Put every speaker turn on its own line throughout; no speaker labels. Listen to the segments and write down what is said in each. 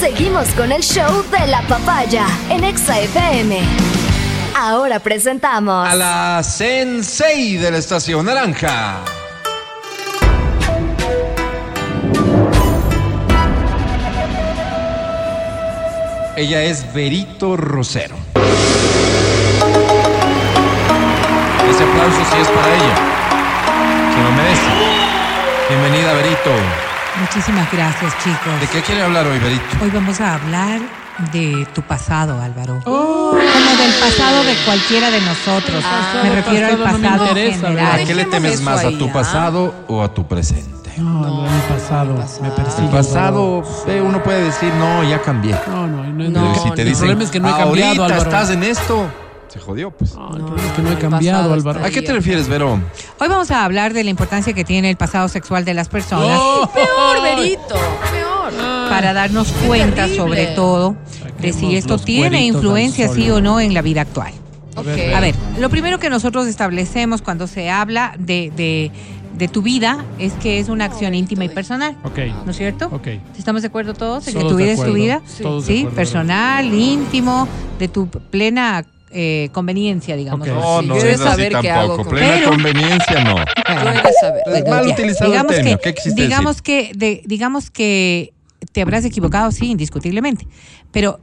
Seguimos con el show de la papaya en Exa FM. Ahora presentamos
a la sensei de la estación naranja. Ella es Berito Rosero. Ese aplauso sí es para ella. Se lo merece. Bienvenida, Berito.
Muchísimas gracias, chicos.
¿De qué quiere hablar hoy, Berito?
Hoy vamos a hablar de tu pasado, Álvaro. Oh. Como del pasado de cualquiera de nosotros. Ah, me refiero pasado al pasado no interesa, general.
¿A qué le temes más, Ah, ahí, a tu pasado ah? o a tu presente?
No, no, no mi pasado, pasado. Me persigue.
El pasado, eh, uno puede decir, no, ya cambié.
No, no, no. no
si te dicen, el problema
es que no he cambiado,
Ahorita estás en esto se jodió, pues.
No, no, es que no he cambiado, Álvaro.
¿A qué te refieres, Verón?
Hoy vamos a hablar de la importancia que tiene el pasado sexual de las personas.
¡Oh! Peor, Verito, peor.
Para darnos Qué cuenta, terrible. sobre todo, Saquemos de si esto tiene influencia, sí o no, en la vida actual. Okay. A ver, lo primero que nosotros establecemos cuando se habla de, de de tu vida es que es una acción íntima y personal.
Okay.
¿No es cierto?
Okay.
¿Estamos de acuerdo todos en que tu vida es tu vida?
Sí, todos
¿Sí? personal, de íntimo, de tu plena eh, conveniencia, digamos. Okay.
No, no, sí. es saber así qué tampoco. Hago con... Plena Pero... conveniencia, no.
Bueno, saber.
Es mal ya. utilizado
digamos
el término.
Que, ¿Qué digamos que, de, digamos que te habrás equivocado, sí, indiscutiblemente. Pero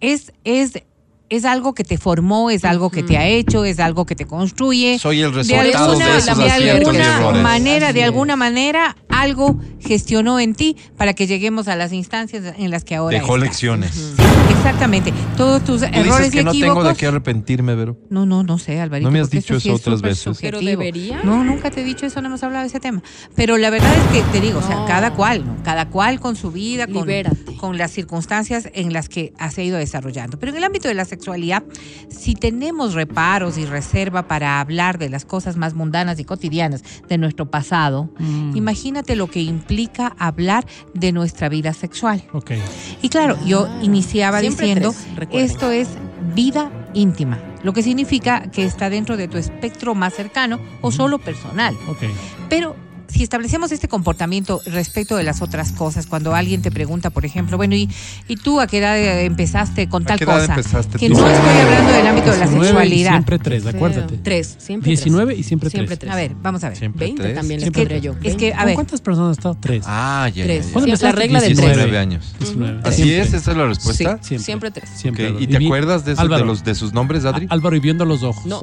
es, es es algo que te formó, es algo que te ha hecho, es algo que te construye.
Soy el resultado de, alguna, de esos
de alguna manera, de alguna manera, algo gestionó en ti para que lleguemos a las instancias en las que ahora.
Dejó estás. lecciones.
Sí, exactamente. Todos tus
¿Tú dices
errores
que
y
no
equívocos,
tengo de qué arrepentirme, Vero.
No, no, no sé, Alvarito.
No me has dicho eso,
sí
otras veces.
Pero debería.
No, nunca te he dicho eso, no hemos hablado de ese tema. Pero la verdad es que te digo, no. o sea, cada cual, ¿no? cada cual con su vida, con,
Libérate.
con las circunstancias en las que has ido desarrollando. Pero en el ámbito de las sexualidad, si tenemos reparos y reserva para hablar de las cosas más mundanas y cotidianas de nuestro pasado, mm. imagínate lo que implica hablar de nuestra vida sexual.
Okay.
Y claro, yo iniciaba Siempre diciendo, tres, esto es vida íntima, lo que significa que está dentro de tu espectro más cercano o mm. solo personal.
Okay.
Pero si establecemos este comportamiento respecto de las otras cosas, cuando alguien te pregunta, por ejemplo, bueno, ¿y, y tú a qué edad empezaste con tal
qué
cosa?
Empezaste
que tú? no estoy hablando del ámbito de la sexualidad.
Y siempre tres, acuérdate.
Tres, siempre
19 y siempre,
siempre
tres.
A ver, vamos a ver.
Siempre 20 tres. también le
siempre
pondré yo.
Es que, a ver.
¿Cuántas personas estado? Tres.
Ah, ya.
Tres. La regla de 19
tres. años. 19. Así siempre. es, esa es la respuesta.
Sí, siempre. tres.
Siempre. Okay. ¿Y te acuerdas de, eso, Álvaro, de, los, de sus nombres, Adri?
Álvaro, y viendo los ojos.
No.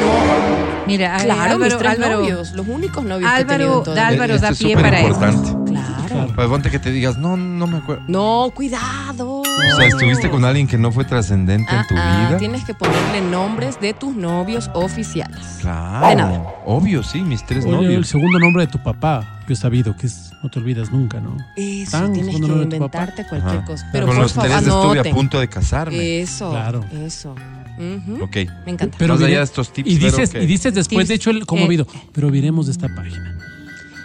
No.
Mira,
claro, Álvaro, mis tres Álvaro, novios, los únicos novios
Álvaro,
que he tenido
Álvaro
este
da
es
pie para
importante.
eso. Claro.
Pues ponte que te digas, no, no me acuerdo.
No, cuidado.
O sea, estuviste con alguien que no fue trascendente
Oh. Ah,
en tu
ah,
vida.
Tienes que ponerle nombres de tus novios oficiales.
Claro.
De nada.
Obvio, sí, mis tres
Oye,
novios.
El segundo nombre de tu papá, yo he sabido que es, no te olvidas nunca, ¿no?
Eso,
Tan,
tienes que
segundo nombre de tu
inventarte cualquier
Ajá.
cosa. Pero
con
por
los
favor,
tres estuve
anoten.
a punto de casarme.
Eso,
Claro.
eso. Ujú.
Ok.
Me encanta.
Más allá
mire,
de estos tips,
Y
pero
dices,
que-
y dices después,
Tips,
de hecho, el conmovido, pero viremos de esta página.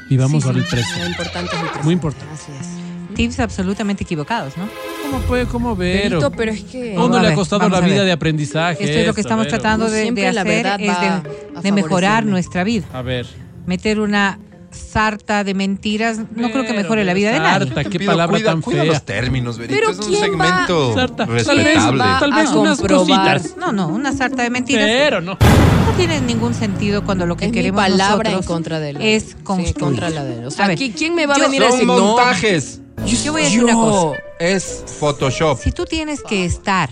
Vivamos
Sí,
ahora el
sí,
precio.
Lo importante es el precio.
Muy importante.
Así es.
Tips absolutamente equivocados, ¿no?
¿Cómo puede, cómo ver?
Perito, pero es que.
¿Cómo
A
le ha
ver,
costado
vamos
la
a ver.
vida de aprendizaje?
Esto es lo que
esto,
estamos
Vero?
tratando de, de
Siempre la
hacer,
verdad va a
es de- de,
favorecerme.
mejorar nuestra vida.
A ver.
Meter una sarta de mentiras no creo que
Pero,
mejore la
Vero,
vida de nadie.
sarta.
Te
qué
pido,
palabra
cuida,
tan
cuida
fea.
los términos, Berito.
Pero
es un
¿quién va-
segmento
Sarta. Tal
respetable.
vez,
va
tal
a
vez unas
comprobar?
cositas.
No, no, una sarta de mentiras.
Pero no.
no tiene ningún sentido cuando lo que
Es mi
queremos
palabra
nosotros
en contra de la-
es
sí,
construir.
contra la de- o sea,
A ver,
¿qui- quién me va a
yo-
venir a
Son
decir, no?
montajes.
Yo voy a decir una cosa.
Es Photoshop.
Si tú tienes que estar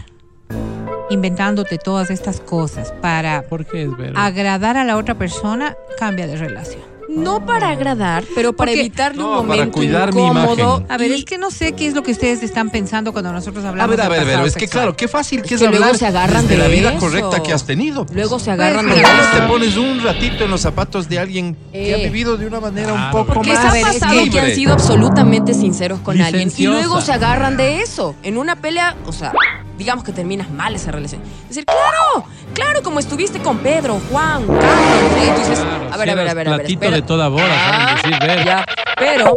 inventándote todas estas cosas para
¿Por qué es Vero?
agradar a la otra persona, cambia de relación.
No para agradar, pero para
Porque-
evitarle
No,
un
para
momento
cuidar mi
incómodo.
imagen.
A ver,
y
es que no sé qué es lo que ustedes están pensando cuando nosotros
A
hablamos
ver, a
del
ver,
pasado
Vero, es que
sexual.
claro, qué fácil que
Es
es,
que luego
hablar
se agarran
de la
de
vida
eso.
correcta que has tenido. pues.
Luego se agarran
Pues,
de
Tal vez te
eso.
pones un ratito en los zapatos de alguien que ha
Eh.
vivido de una manera un
Claro.
poco
Porque
más
les ha
ver, es
pasado
que-
que han
libre.
sido absolutamente sinceros con alguien y
Licenciosa.
luego se agarran de eso. En una pelea, o sea, digamos que terminas mal esa relación. Es decir, claro, claro, como estuviste con Pedro, Juan, Carlos, ¿sí? Y tú dices,
Claro,
a ver, a ver,
cierras
a ver, a ver.
platito
espera.
de toda bola, saben
Ah,
decir, ver.
ya, pero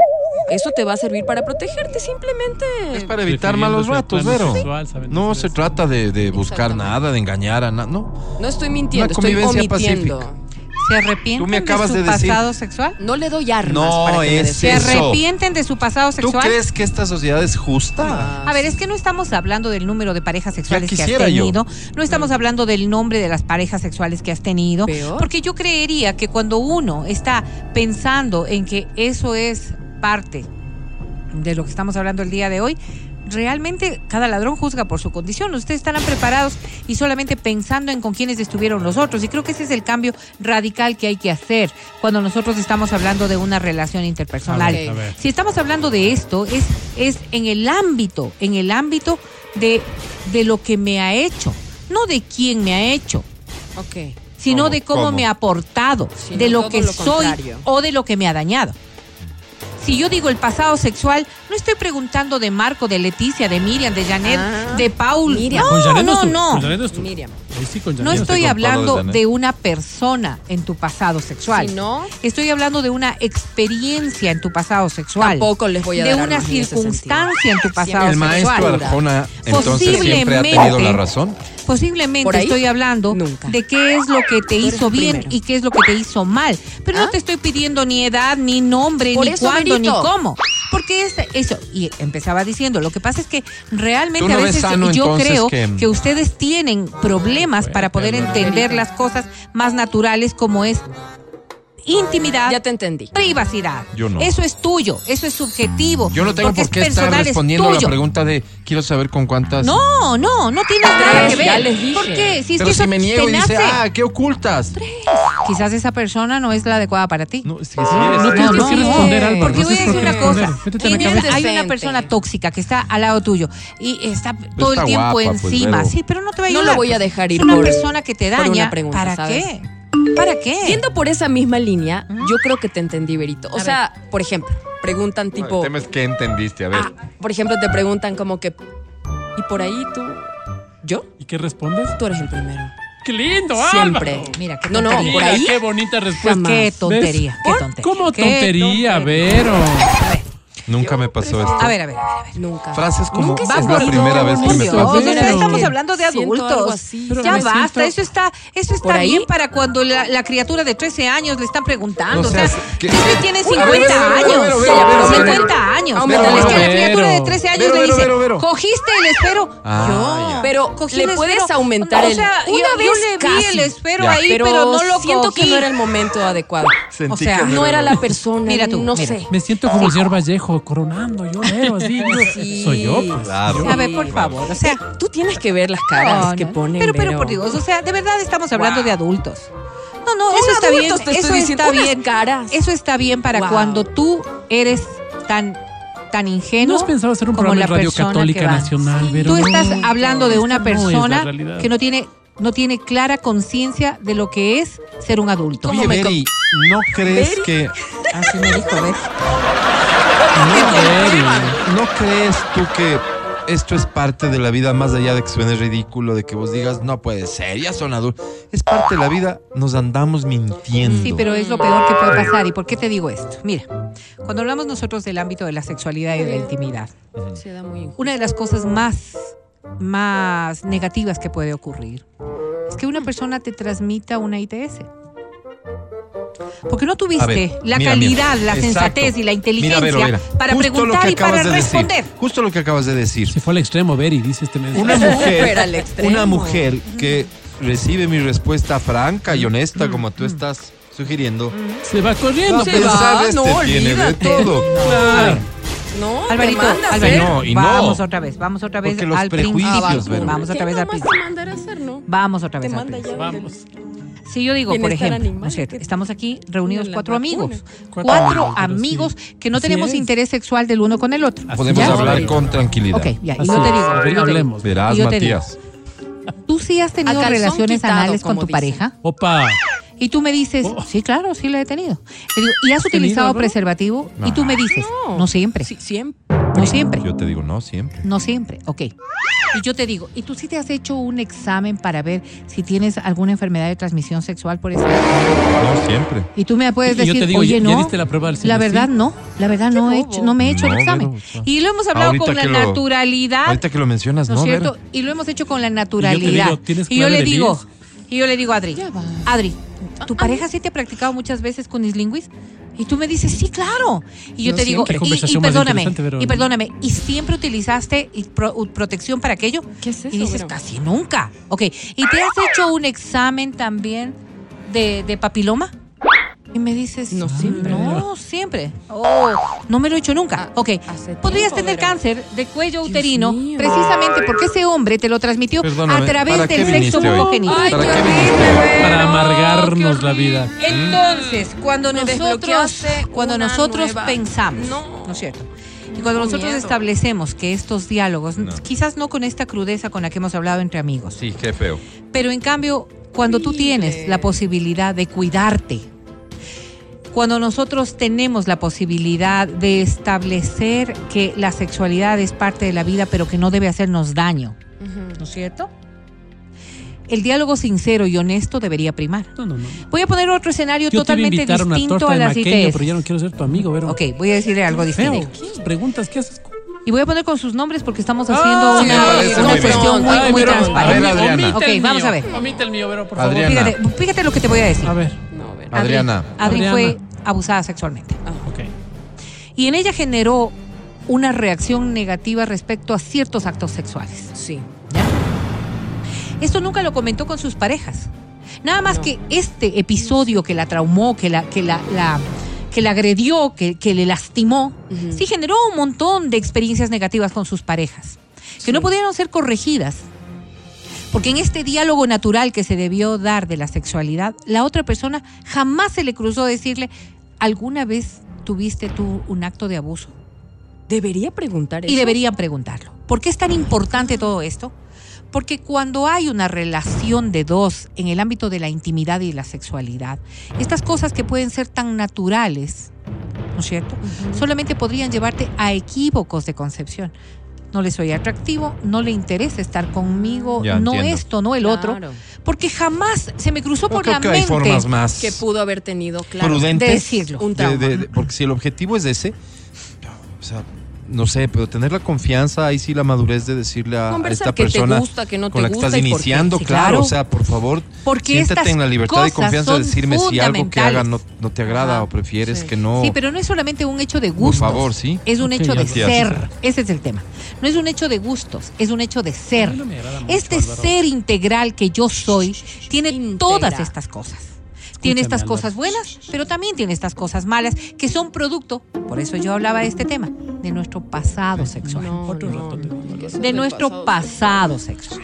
eso te va a servir para protegerte simplemente.
Es para evitar malos
Prefiriendo
ratos,
ser
Vero.
plano sexual, saben
No
decir
se
eso.
trata de, de buscar
Exactamente.
nada, de engañar a nada. No.
No estoy
Una
mintiendo, estoy
convivencia
omitiendo.
pacífica.
¿Se arrepienten
Tú me acabas
de su
de decir-
pasado sexual?
No le doy armas
No,
para que me
es
defienda.
¿Se
Eso.
arrepienten de su pasado
¿Tú
sexual?
crees que esta sociedad es justa?
A ver, es que no estamos hablando del número de parejas sexuales que has
quisiera yo. Mm.
tenido, no estamos hablando del nombre de las parejas sexuales que has tenido,
Peor.
porque yo creería que cuando uno está pensando en que eso es parte de lo que estamos hablando el día de hoy, realmente cada ladrón juzga por su condición. Ustedes estarán preparados y solamente pensando en con quiénes estuvieron los otros. Y creo que ese es el cambio radical que hay que hacer cuando nosotros estamos hablando de una relación interpersonal.
A ver, a
ver.
Si estamos hablando de esto, es, es en el ámbito, en el ámbito de, de lo que me ha hecho, no de quién me ha hecho
Ok.
sino
¿Cómo?
de cómo,
¿Cómo?
me ha aportado,
Sino
de lo
todo
que
lo
soy
contrario.
o de lo que me ha dañado. Si yo digo el pasado sexual, no estoy preguntando de Marco, de Leticia, de Miriam, de Janet,
Ah,
de Paul.
Miriam.
Con
No,
Janet
no,
estuvo, Con
no.
Janet estuvo.
Miriam.
Ahí sí, con
No
Janet.
estoy
con Pablo
hablando
Janet.
de una persona en tu pasado sexual.
Si no-
Estoy hablando de una experiencia en tu pasado sexual.
Tampoco les voy a
De
dar
una
armas en ese
circunstancia en tu pasado
Siempre.
El maestro
sexual.
Arjona entonces siempre ha tenido
Posiblemente.
la razón.
¿Por
Posiblemente
ahí?
estoy hablando
Nunca.
de qué es lo que te
eres
hizo
el
bien
primero.
y qué es lo que te hizo mal. Pero
¿Ah?
no te estoy pidiendo ni edad, ni nombre,
Por
ni
eso,
cuándo, ni
Berito.
cómo. Porque es eso, y empezaba diciendo, lo que pasa es que realmente
Tú no
a
ves
veces
sano,
yo
entonces,
creo
que-
que... ustedes tienen problemas para poder entender las cosas más naturales como es intimidad.
Ya te entendí.
Privacidad.
Yo no.
Eso es tuyo, eso es subjetivo.
Yo no tengo
porque
por qué
es
estar
personal, es
respondiendo a la
tuyo.
pregunta de quiero saber con cuántas.
No, no, no tienes nada que ver.
Ah, ya les dije.
¿Por qué? Si es que
Pero
eso
si me
te
niego y dice,
nace.
ah, ¿qué ocultas?
Quizás esa persona no es la adecuada para ti.
No, es que si eres-
no, tienes que responder, Álvaro,
Porque
no
voy a
tienes
decir
por qué
una cosa.
responder. Métete a la
Tienes-
cabeza.
hay una
Decente.
persona tóxica que está al lado tuyo y está todo
está
el
guapa,
tiempo
pues,
encima.
pero-
sí, pero no te va a
No lo
ayudar.
voy a dejar ir
Es una
por-
persona que te
por una
daña.
pregunta,
¿Para
¿sabes?
qué? ¿Para qué?
Yendo por esa misma línea, yo creo que te entendí, Berito. O
A
sea, por ejemplo, preguntan
No, el
tipo.
tema es que entendiste, a ver.
ah, por ejemplo, te preguntan como que. ¿Y por ahí tú? ¿Yo?
¿Y qué respondes?
Tú eres el primero.
¡Qué lindo,
Siempre.
Álvaro!
Mira, qué
No, no,
tontería.
por ahí.
qué bonita respuesta.
Jamás.
Qué
¿Ves?
tontería, qué
¿Por-
tontería.
¿Cómo
Qué
tontería, Vero?
Nunca me pasó esto.
A ver, a ver, a ver. a ver.
Nunca.
Frases como,
Nunca
es
se
la
me olvidó,
primera vez que me
Mauricio.
pasa.
Dios,
Pero-
pero estamos hablando de
Siento
adultos.
algo así.
Pero
ya
me
basta,
siento-
eso
Ah,
está, eso
¿Por
está
ahí?
bien para cuando la, la criatura de 13 años le están preguntando.
No
o sea,
seas- que-
Leslie
que-
tiene
Uy, a ver,
50
a ver, a ver, a ver,
años.
a ver, a ver, a ver.
50 años.
Aumenta,
es que a la
Vero.
criatura de 13 años
Vero,
le
Vero,
dice,
Vero, Vero.
cogiste el espero.
Ah,
Yo.
ya.
Pero, ¿le
el
puedes
espero.
aumentar
O
el-
sea, yo,
Una
yo
vez
le vi
casi.
el espero
Ya.
ahí, pero, no lo
siento
cogí.
que no era el momento adecuado.
Sentí
o sea,
que
No era la persona.
Mira tú,
no
mira.
sé.
Me siento como el señor Vallejo, coronando, yo, Vero, así. yo-
Sí.
Soy yo, pues.
Claro.
A ver, por favor, o sea...
Tú tienes que ver las caras
No,
que
no.
ponen.
Pero, pero,
Vero.
por Dios, o sea, de verdad estamos hablando
Wow.
de adultos. No, no,
Son
eso está bien.
adultos, te
eso
estoy diciendo,
está
unas
bien.
caras.
Eso está bien para
Wow.
cuando tú eres tan tan ingenuo.
¿No has pensado hacer un
como
programa
la
en Radio
persona
Católica
que va?
Nacional, Vero?
Tú estás
No,
hablando de
esta
una
no es la
persona
realidad.
que no tiene no tiene clara conciencia de lo que es ser un adulto.
Oye, Beri, ¿no crees
Beri.
que
Ah,
Así me dijo, ¿ves?
No, ¿No crees tú que esto es parte de la vida, más allá de que suene ridículo, de que vos digas, no puede ser, ya son adultos? Es parte de la vida, nos andamos mintiendo.
Sí, pero es lo peor que puede pasar. ¿Y por qué te digo esto? Mira, cuando hablamos nosotros del ámbito de la sexualidad y de la intimidad,
Se da muy injusto.
una de las cosas más, más negativas que puede ocurrir es que
Mm.
una persona te transmita una ITS. Porque no tuviste
A ver,
la
mira,
calidad,
mira,
la
exacto.
sensatez y la inteligencia
Mira, Vero, mira,
para
justo lo
preguntar
que
y para
acabas de decir,
responder.
justo lo que acabas de decir.
Se fue al extremo, Beri, dice este mes.
Una
Súper al
mujer,
extremo.
una mujer que recibe mi respuesta franca y honesta, como tú estás sugiriendo,
Se va
va a
corriendo.
se
pues.
pensar,
va,
este
no,
tiene de
olvídate.
todo.
Claro.
No, te
Alvarito,
manda a
Alvarito,
hacer.
No, y no.
vamos otra vez, vamos otra vez
Porque los
al
prejuicios,
principio.
Vero.
Vamos
¿Qué
otra vez al
nomás
principio.
te mandar a hacer, no?
Vamos otra
Te
vez al
manda
principio.
ya.
Vamos.
Si yo digo, por
Bienestar
ejemplo,
animal,
¿no es cierto?
¿qué tal?
estamos aquí reunidos
Con la
cuatro
vacuna.
amigos,
Cuatro
cuatro,
amigos, pero
amigos
sí.
que no
Así
tenemos
es.
interés sexual del uno con el otro.
Así
Podemos
Ya.
hablar con tranquilidad.
Ok, ya, y
Así
yo te
es.
digo,
A ver,
yo te digo.
hablemos.
Verás,
Y yo te digo,
Matías.
Tú sí has tenido
A calzón
relaciones
quitado,
anales con
como
tu
dicen.
pareja
Opa.
y tú me dices,
Oh.
sí, claro, sí la he tenido. Te digo, ¿y has
¿Has tenido,
utilizado
no?
preservativo? Y tú me dices,
No.
no, siempre,
Sí, siempre.
no siempre,
Yo te digo, no, siempre.
no siempre, ok. Y yo te digo, ¿y tú sí te has hecho un examen para ver si tienes alguna enfermedad de transmisión sexual por eso?
No, siempre.
Y tú me puedes
Y yo
decir,
te digo,
oye,
¿ya-
no.
ya diste la prueba del
La
CNC?
verdad, no. La verdad, no, he
bobo.
hecho, no me he hecho
No,
el examen.
bueno,
pues,
está.
y lo hemos hablado
Ahorita
con
que
la
lo-
naturalidad.
Ahorita que lo mencionas,
¿no
¿no?
es
Vero?
cierto? Y lo hemos hecho con la naturalidad.
¿tienes
Y yo
clave
le
del
digo,
IES?
Ah,
y yo le digo a Adri, Adri, ¿Tu pareja sí te ha practicado muchas veces con islingüis? Y tú me dices, sí, claro. Y yo
No
te digo,
siempre. Qué
y- y,
conversación más
perdóname,
interesante, pero-
y perdóname, ¿y siempre utilizaste y pro- u- protección para aquello?
¿Qué es eso,
Y dices,
Vero?
casi nunca. Ok, ¿y te has hecho un examen también de, de papiloma? Y me dices,
No siempre,
No, siempre. Oh, no me lo he hecho nunca.
Ah,
ok,
hace
podrías
tiempo,
tener
Vero.
cáncer de cuello uterino
mío.
precisamente porque ese hombre te lo transmitió
Perdóname,
a
¿para
través
qué
del
viniste
sexo
hoy?
homogéneo.
Ay, ¿Para qué viniste?
Para amargarnos
qué
la vida.
Mm.
horrible.
Entonces, cuando
Me
nosotros,
desbloqueaste
cuando
una
nosotros
nueva.
pensamos,
No.
no. es cierto? Y cuando
Con
nosotros
miedo.
establecemos que estos diálogos, quizás no con esta crudeza con la que hemos hablado entre amigos,
Sí, qué feo.
pero en cambio, cuando tú tienes la posibilidad de cuidarte, cuando nosotros tenemos la posibilidad de establecer que la sexualidad es parte de la vida, pero que no debe hacernos daño, ¿no es cierto? El diálogo sincero y honesto debería primar.
No, no, no.
Voy a poner otro escenario
Yo te iba a
totalmente
invitar a una
distinto
torta
a
de
las
maqueño,
ITS.
pero ya no quiero ser tu amigo, Vero.
Ok, voy a decirle algo
Feo.
distinto.
¿Qué preguntas? ¿Qué haces?
Y voy a poner con sus nombres porque estamos
Ah,
haciendo
Ay,
me
una,
parece
una
muy bien.
cuestión muy,
Ay,
muy
pero-
transparente.
a ver, Adriana.
Ok, vamos a ver.
Omite el mío, Vero, por favor.
Adriana.
Fíjate, fíjate lo que te voy a decir.
A ver.
No, Vero.
Adri-
Adriana.
Adri fue
Adriana.
abusada sexualmente.
Ok.
Y en ella generó una reacción negativa respecto a ciertos actos sexuales.
Sí.
Esto nunca lo comentó con sus parejas. Nada más
No.
que este episodio que la traumó, que la, que la, la- que la agredió, que, que le lastimó,
Ujú.
sí generó un montón de experiencias negativas con sus parejas, que no pudieron ser corregidas. Porque en este diálogo natural que se debió dar de la sexualidad, la otra persona jamás se le cruzó decirle, ¿alguna vez tuviste tú un acto de abuso?
Debería preguntar eso.
Y deberían preguntarlo. ¿Por qué es tan importante todo esto? Porque cuando hay una relación de dos en el ámbito de la intimidad y la sexualidad, estas cosas que pueden ser tan naturales, ¿no es cierto? Solamente podrían llevarte a equívocos de concepción. No le soy atractivo, no le interesa estar conmigo,
Ya,
no
entiendo.
esto, no el otro,
Claro.
porque jamás se me cruzó
Yo
por
creo
la
que hay
mente
formas más
Que pudo haber tenido, claro.
prudentes.
de decirlo.
Un
de-
trauma.
de- de- porque si el objetivo es ese, o sea, no sé, pero tener la confianza, ahí sí la madurez de decirle a, a
Conversar
esta
qué te
persona
gusta, qué no te
con la que
gusta
estás
y por qué.
iniciando,
Sí,
claro,
claro.
o sea, por favor,
Porque
siéntate
estas
en la libertad y
cosas
confianza de
son
decirme si algo que haga
fundamentales.
no, no te agrada
Ajá,
o prefieres
sí.
que no.
Sí, pero no es solamente un hecho de gustos.
favor, sí.
Es un
Ok,
hecho de
gracias.
ser. Ese es el tema. No es un hecho de gustos, es un hecho de ser.
A mí no me agrada mucho,
Este
Álvaro.
ser integral que yo soy tiene
Íntegra.
todas estas cosas. Tiene
Escúchame,
estas
Álvaro.
cosas buenas, pero también tiene estas cosas malas que son producto, por eso yo hablaba de este tema, de nuesto pasado sexual
No,
Otro
no,
rato te-
no, que eso
de
del
nuestro pasado sexual.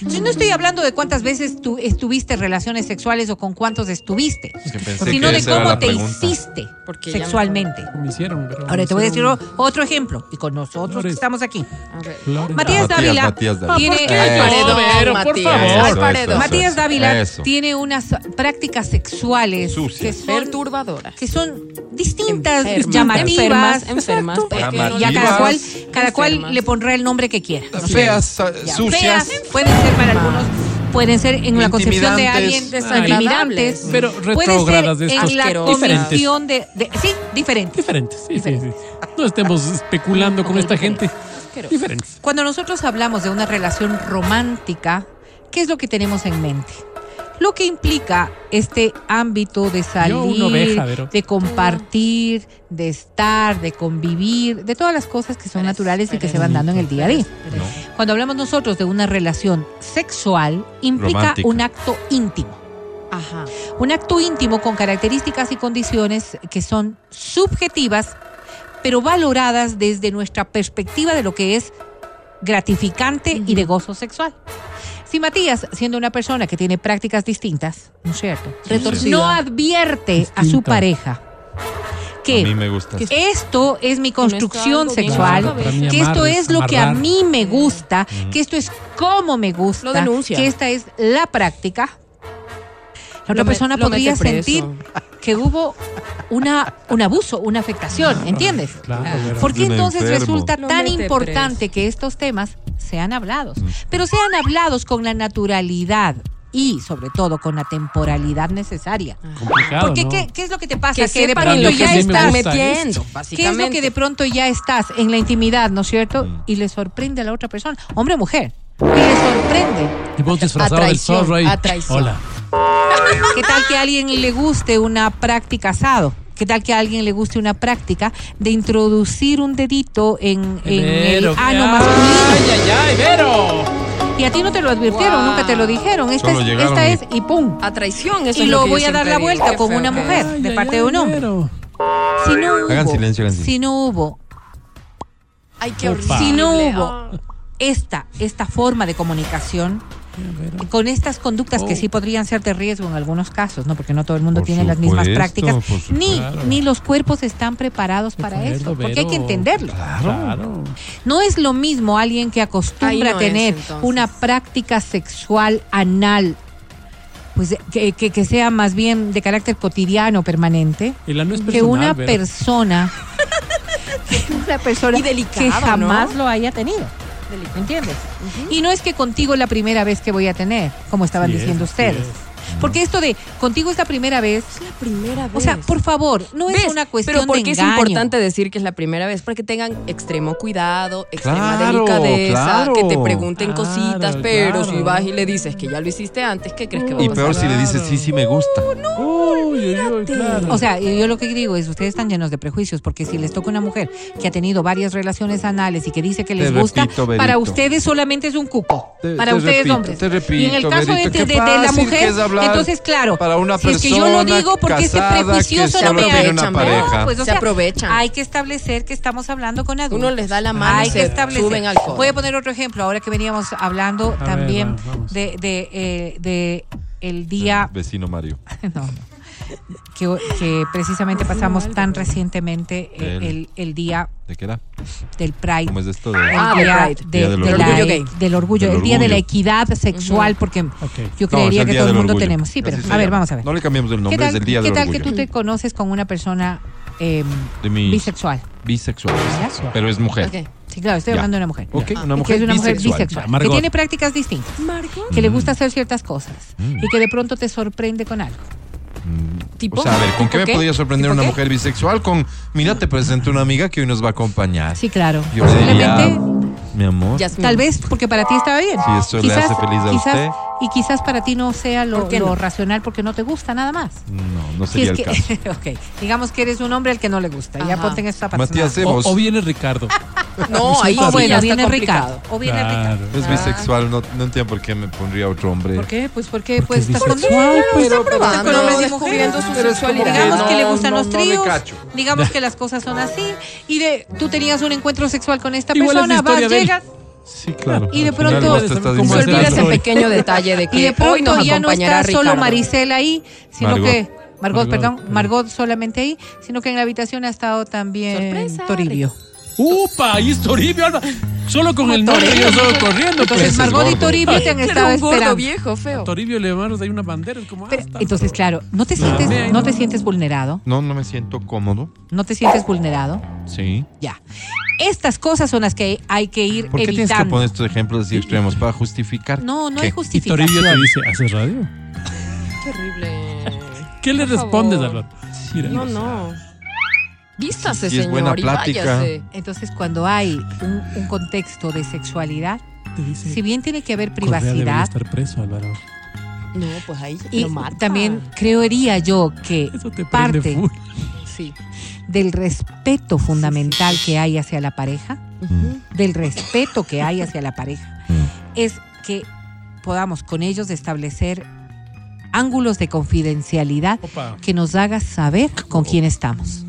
Entonces, no estoy hablando de cuántas veces tú estuviste relaciones sexuales o con cuántos estuviste,
Es que pensé
sino
que
de
esa era
cómo
la
te
pregunta.
hiciste
Porque ya me-
sexualmente.
Me hicieron, Vero.
Ahora
Me
te voy a decir
hicieron-
otro ejemplo, y con nosotros que
Flores.
estamos aquí.
A ver.
Flores.
Matías
Matías,
Dávila
Matías Dávila.
tiene-
¿Por qué? Ay,
paredón,
Vero, por
Matías.
favor.
Al
Eso,
paredón.
eso,
Matías Dávila
Eso.
tiene unas prácticas sexuales
Sucias.
que son,
Perturbadora.
que son distintas,
Enfermas,
llamativas,
enfermas, enfermas,
Exacto.
porque
Llamativas.
y a cada cual, cada
Enfermas.
cual le pondrá el nombre que quiera. ¿no?
Feas, eh,
Ya,
sucias.
feas, pueden ser para algunos, pueden ser en la concepción de alguien
Intimidantes.
desagradables,
Ah, Pero retrógradas
pueden
de
ser
estos
en la
asquerosos.
concepción de, de- sí, diferente.
Diferentes. Sí, sí, sí. No estemos especulando con esta gente. Diferentes.
Cuando nosotros hablamos de una relación romántica, ¿qué es lo que tenemos en mente? Lo que implica este ámbito de salir,
una oveja, Vero.
de compartir, de estar, de convivir, de todas las cosas que son
Pero es-
naturales y que
pero
se
es
van dando en el día a día.
No.
Cuando hablamos nosotros de una relación sexual, implica
Romántica.
un acto íntimo.
Ajá.
Un acto íntimo con características y condiciones que son subjetivas, pero valoradas desde nuestra perspectiva de lo que es gratificante y de gozo sexual. Si Matías, siendo una persona que tiene prácticas distintas, ¿no es cierto?
Retorcida.
No advierte a su
Distinta.
pareja
A mí
que
me gusta.
que-
esto es mi construcción
algo bien
sexual,
raro, Para
mí
que esto
amar es
es lo que a
amarrar.
mí me gusta,
Mm.
que esto es como me gusta,
Lo denuncia.
que esta es la práctica. La
Lo
otra
me-
persona
lo
podría
mete preso.
sentir que hubo una, un abuso, una afectación, ¿entiendes? Ah,
Claro, Vero.
¿Por qué
Es un
entonces
enfermo.
resulta
Lo
tan
mete
importante
preso.
que estos temas sean hablados? Pero sean hablados con la naturalidad y sobre todo con la temporalidad necesaria.
Complicado,
Porque
¿no?
¿qué, qué es lo que te pasa?
Que
que de
sepan
en
pronto
lo que
a
ya
se
mí me
estás
están
gusta
metiendo,
¿Qué es
básicamente.
lo que de pronto ya estás en la intimidad, ¿no es cierto?
Mm.
Y le sorprende a la otra persona, hombre o mujer. Y le sorprende.
Y vos disfrazado
A
del
traición,
zorro ahí.
a traición.
Hola.
¿Qué tal que a alguien le guste una práctica asado? ¿Qué tal que a alguien le guste una práctica de introducir un dedito en, en el ah,
Vero,
ano
ay,
masculino?
ay, ay, Vero.
Y a ti no te lo advirtieron,
Guau.
nunca te lo dijeron. Esta,
Solo
es,
llegaron
esta
y-
es y pum.
A traición, eso
Y
es
lo
que yo
voy a dar
siempre
la
digo.
vuelta
Qué
con
feo
una
que es.
mujer. De
Ay,
parte
ay,
de un hombre.
Vero.
Si no hubo,
Hagan silencio, hagan silencio.
si no hubo,
Ay, qué
Upa.
horrible.
si no
Ah.
hubo esta, esta forma de comunicación, con estas conductas
Oh.
que sí podrían ser de riesgo en algunos casos, ¿no? Porque no todo el mundo
Por
tiene las mismas
supuesto,
prácticas,
por
ni,
supuesto.
ni los cuerpos están preparados para
acuerdo,
eso, porque hay
Vero.
que entenderlo.
Claro.
No es lo mismo alguien que
Ahí
acostumbra
no
a
es,
tener
entonces.
una práctica sexual anal, pues que, que- que sea más bien de carácter cotidiano permanente,
Y la no es
que
personal,
una
Vero.
persona, que una persona
Y delicado,
que
¿no?
jamás lo haya tenido. ¿Me entiendes? Y no es que contigo es la primera vez que voy a tener, como estaban
Sí es,
diciendo
sí
ustedes. Porque esto de contigo es la primera vez,
Es la primera vez.
o sea, por favor, no es
pues. ¿Ves?
una cuestión
Pero porque
de
es
engaño.
importante decir que es la primera vez, para que tengan extremo cuidado, extrema
Claro,
delicadeza,
claro.
que te pregunten
Claro,
cositas, pero
claro.
si vas y le dices que ya lo hiciste antes, ¿qué crees que va a
Y
pasar?
peor si le dices, sí, sí me gusta.
Uy, uy, uy, claro.
O sea, yo lo que digo es, ustedes están llenos de prejuicios, porque si les toca una mujer que ha tenido varias relaciones anales y que dice que les
Te
gusta,
repito, Verito.
para ustedes solamente es un cupo.
Te-
para
te
ustedes,
repito,
hombres.
te repito,
y en el caso de-
Verito,
de,
qué
de la
fácil que
mujer,
es hablar
entonces, claro,
para una
si es que yo lo
persona
digo porque este
casada que
prejuicioso no
solo
me
tiene una
No,
pareja.
pues, o
Se
sea,
aprovechan.
Hay que establecer que estamos hablando con adultos.
Uno les da la mano
Hay
y
que
se
establecer.
suben al codo.
Voy a poner otro ejemplo, ahora que veníamos hablando
ver,
también
vamos, vamos.
de, de, eh, de el día
Vecino Mario.
no, no. Que, que precisamente pasamos tan recientemente eh,
Del-
el, el día
¿De qué era?
del Pride.
¿Cómo es esto de.?
El
Ah, del
día
Pride.
de-
Día del
de la- e,
orgullo gay.
del orgullo,
Del
el día de la
orgullo.
equidad sexual, porque yo
No, es
creería
el
que
Día
todo
del
el mundo
Orgullo.
tenemos. Sí, pero
Así se
a ver,
llama.
vamos a ver.
No le cambiamos el nombre,
¿Qué
es
tal,
el día
qué
del
tal que
orgullo.
tú te conoces con una persona eh,
De mis-
bisexual?
Bisexual.
¿Ya?
Pero es mujer.
Ok.
Sí, claro, estoy
Ya.
hablando de una mujer. Ah,
Ok, una
Que
mujer
es una
bisexual.
mujer
Mm.
bisexual, que
Margot.
tiene prácticas distintas,
Marco,
que le gusta hacer ciertas cosas y que de pronto te sorprende con algo.
¿Tipo?
O sea, a ver, ¿con qué me
¿Tipo qué?
podría sorprender
¿Tipo
una
qué?
mujer bisexual? Con, mira, te presento una amiga que hoy nos va a acompañar.
Sí, claro.
Yo le diría,
Simplemente
mi amor,
Yasmín.
Tal vez porque para ti estaba bien.
Si eso Mm. le hace feliz a
quizás-
usted.
Y quizás para ti no sea lo,
¿Por qué
lo
no?
racional porque no te gusta nada más.
no, no
Si
sería
es
el caso.
que, ok, digamos que eres un hombre al que no le gusta. Ya
Ajá.
ponte en esta parte.
Matías
O,
Evos
o viene Ricardo.
No,
o
ahí sí ya
bueno,
está
viene
complicado.
Ricardo. Ah, O viene Ricardo.
Claro.
es bisexual, no, no entiendo por qué me pondría otro hombre.
Ah. ¿Por qué? Pues porque
Porque
pues
es
estás con
bisexual,
pues.
Está probando,
con hombres y
descubriendo
mujeres.
su
Pero es como
sexualidad.
Digamos
no,
que le gustan
no,
los
no le
tríos,
cacho.
digamos que las cosas son así y de tú tenías un encuentro sexual con esta
Igual es
persona,
la historia
vas,
de él.
llegas
Sí, claro.
Y de
Al final
pronto-
vos te estás
¿Cómo
Se olvida
inventando.
ese
Ricardo.
pequeño detalle de que
y de
Eh, hoy
pronto
nos
ya no
acompañará
está solo
Ricardo.
Maricela ahí, sino
Margot.
que Margot,
Margot,
perdón,
sí.
Margot solamente ahí, sino que en la habitación ha estado también
Sorpresa,
Toribio.
¡Upa! Ahí es Toribio. Alba. Solo con el nombre yo solo corriendo.
Entonces
ese es
Margot y
gordo.
Toribio te han
Claro,
estado
un gordo
esperando.
viejo, feo.
pues. Toribio le mandas ahí una bandera. es como, ah,
Pero,
está-
entonces, claro, ¿no te sientes,
Amén.
no te sientes vulnerado?
No, no me siento cómodo.
¿No te sientes vulnerado?
Sí.
Ya. Estas cosas son las que hay que ir
¿Por qué
evitando.
tienes que poner estos ejemplos así extremos? ¿Para justificar?
No, no
¿Qué?
hay
Y Toribio te
justificación.
dice, ¿haces radio?
Terrible.
¿Qué le
Por
respondes,
favor.
Álvaro? Mira,
No, no. Vístase,
Si es
señor,
buena
y
plática.
váyase.
Entonces, cuando hay un, un contexto de sexualidad,
te dice,
si bien tiene que haber
Correa debería
privacidad,
estar preso, Álvaro.
No, pues ahí ya
y
lo mata.
también creería yo que
Eso te prende
parte
full.
Sí.
del respeto fundamental que hay hacia la pareja,
Mm.
del respeto que hay hacia la pareja, es que podamos con ellos establecer ángulos de confidencialidad
Opa.
que nos haga saber
Oh.
con quién estamos.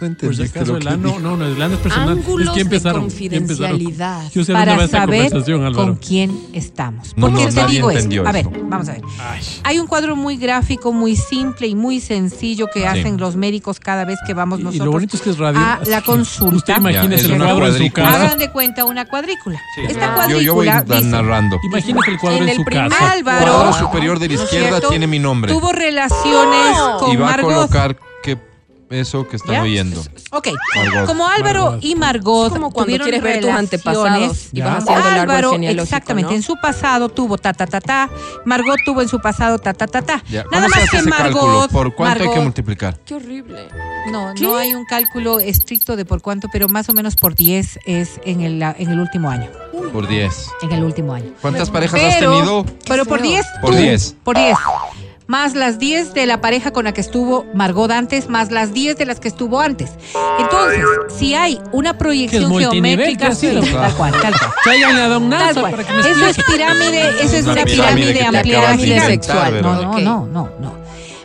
No
Por si
entendiste
acaso
lo que
el ano,
dijo.
no, no, el ano es personal.
Ángulos
es que
de
empezaron.
confidencialidad.
Yo sé dónde va
Para
esta
saber
conversación,
con
Álvaro.
quién estamos.
No,
¿Por qué
no,
te
nadie
digo
entendió
eso? A ver,
esto.
vamos a ver.
Ay,
Hay un cuadro muy gráfico, muy simple y muy sencillo que hacen los médicos cada vez que vamos
y
nosotros.
lo bonito es que es radio.
a
así
la
que
consulta.
Usted
Ya, es
imagínese el
una
cuadro en su
cuadrícula.
casa.
Hagan de cuenta una cuadrícula. Esta
Yo-
cuadrícula
Yo, voy
dice,
narrando.
Imagínese el cuadro
En
en,
el
su
primer
casa.
Álvaro
Cuadro superior de la
¿no es
izquierda
cierto?
tiene mi nombre.
tuvo relaciones
Y
con
va a
Margot.
colocar que eso que están
¿Ya?
oyendo.
Ok,
Margot.
como Álvaro
Margot.
y Margot
Es como cuando
tuvieron
quieres ver tus
relaciones,
antepasados y
Ya.
vas haciendo el árbol
Álvaro,
genealógico,
exactamente,
¿no?
en su pasado tuvo ta ta ta ta, Margot tuvo en su pasado ta ta ta ta.
Ya, ¿Cómo
Nada
se
más
hace
que
ese cálculo?
Margot,
¿Por cuánto hay que
Margot-
multiplicar?
Qué horrible.
No,
¿Qué?
no hay un cálculo estricto de por cuánto, pero más o menos por 10 es en el, en el último año.
Por 10.
En el último año.
¿Cuántas parejas has
Pero,
tenido?
pero por
feo.
10.
Por
tú,
10.
Por 10. más las 10 de la pareja con la que estuvo Margot antes, más las 10 de las que estuvo antes. Entonces, si hay una
Que es
proyección
multinivel,
geométrica,
casi la-
tal cual, tal cual.
Que hayan le ha dado un
Tal
NASA
cual.
para que me
Eso es
explique.
pirámide, eso es
Una
una
pirámide
pirámide,
que te
ampliada,
acabas de
pirámide
inventar,
sexual. No,
¿verdad?
no,
Ok.
no, no, no.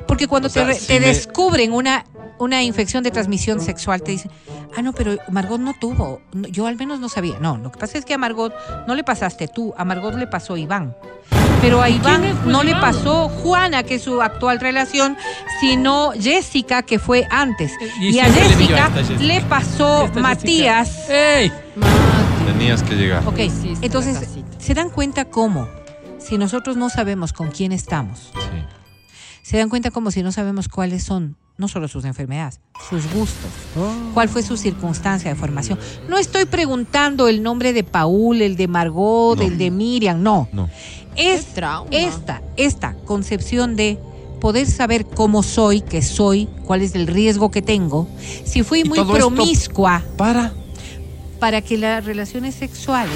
Porque cuando
O sea,
te, re-
si
te
me-
descubren una, una infección de transmisión sexual, te dicen, ah, no, pero Margot no tuvo. No, Yo al menos no sabía. No, lo que pasa es que a Margot no le pasaste tú, a Margot le pasó Iván. Pero a Iván
es, pues,
no le
Iván?
pasó Juana, que es su actual relación, sino Jessica, que fue antes.
Y
Y, a
siempre le pilló a
Jessica
esta Jessica. Eh,
le pasó
Esta
Matías.
Jessica. ¡Ey!
Tenías que llegar.
Ok,
Hiciste
entonces,
la casita.
¿se dan cuenta cómo? Si nosotros no sabemos con quién estamos,
Sí.
se dan cuenta cómo si no sabemos cuáles son no solo sus enfermedades, sus gustos, cuál fue su circunstancia de formación. No estoy preguntando el nombre de Paul, el de Margot,
No.
el de Miriam, no.
No.
Es
Qué trauma.
esta, esta concepción de poder saber cómo soy, qué soy, cuál es el riesgo que tengo, si fui
Y
muy
todo esto-
promiscua
Para.
para que las relaciones sexuales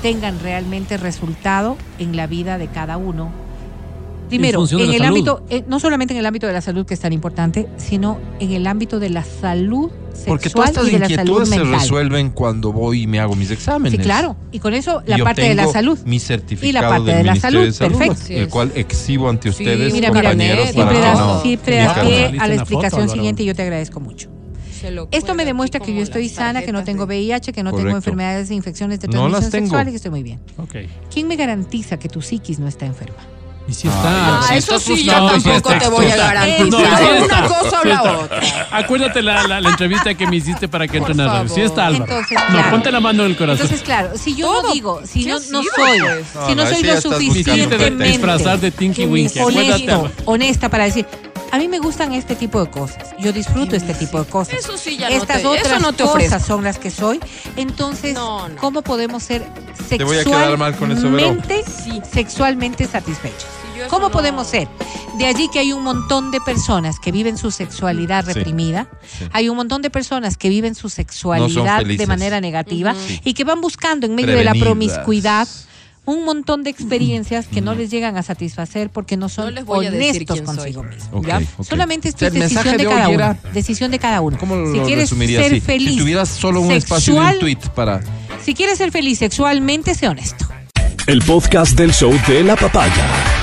tengan realmente resultado en la vida de cada uno. Primero,
función
en,
de la
el
salud.
ámbito, eh, no solamente en el ámbito de la salud que es tan importante, sino en el ámbito de la salud
Porque todas
sexual
estas
y de la salud
inquietudes se
mental.
resuelven cuando voy y me hago mis exámenes.
sí, claro. Y con eso la
Y
parte de la
obtengo
salud.
Mi certificado
Y la parte
del
de la
Ministerio
salud,
de Salud,
perfecto.
Así
El
es.
cual exhibo ante
Sí,
ustedes,
mira, mira,
compañeros,
mira,
para
Siempre
que
das,
no.
siempre
no
das pie
carguen.
Saliste
a la
una foto,
explicación
Álvaro.
siguiente y yo te agradezco mucho.
Se lo
Esto me
cuelga
demuestra
aquí
que yo
como
estoy
las
sana, que no
tarjetas
tengo
de-
VIH, que no
Correcto.
tengo enfermedades e infecciones de
No las
transmisión
tengo.
sexual y que estoy muy bien.
Ok.
¿Quién me garantiza que tu psiquis no está enferma?
Y si está.
Ah,
si
eso
estás
sí, yo
frustrado, si
tampoco
estás
te voy a
frustrado.
garantizar.
No,
es
sí
una
está.
cosa o la
Sí está.
otra.
Acuérdate la, la- la entrevista que me hiciste para que
Por
entren a radio.
favor.
Sí está Álvaro.
Entonces,
no,
claro.
ponte la mano en el corazón.
Entonces, claro, si yo
Todo.
no digo, si
¿Qué
no,
has
no
sido,
soy,
pues?
No,
si
no,
no,
ahí
soy
sí
lo
ya estás buscando
Hiciste
pretextos.
disfrazar
suficientemente
de Tinky
Qué
Winky.
honesto,
Acuérdate.
honesta para decir, a mí me gustan este tipo de cosas, yo disfruto este tipo de cosas.
Eso sí ya
Estas
no te, eso
otras
no te ofrezco.
cosas son las que soy. Entonces,
No, no.
¿cómo podemos ser
Te voy a quedar mal con eso, Vero.
sexualmente,
Sí.
sexualmente satisfechos?
Sí, yo eso
¿Cómo
no-
podemos ser? De allí que hay un montón de personas que viven su sexualidad
Sí.
reprimida,
Sí.
hay un montón de personas que viven su sexualidad de
felices.
manera negativa
Sí.
y que van buscando en medio de la
Prevenidas.
promiscuidad un montón de experiencias que no les llegan a satisfacer porque no
No
son
les voy a decir
honestos
quién
consigo
soy.
mismos.
Ok,
¿Ya?
ok.
Solamente esto es
El mensaje
decisión de,
hoy
cada uno.
era-
Decisión de cada uno.
¿Cómo lo
si quieres
resumirías
ser
así?
feliz,
Si tuvieras solo un espacio de
sexual-
un tweet para...
si quieres ser feliz sexualmente, sé honesto.
El podcast del show de la papaya.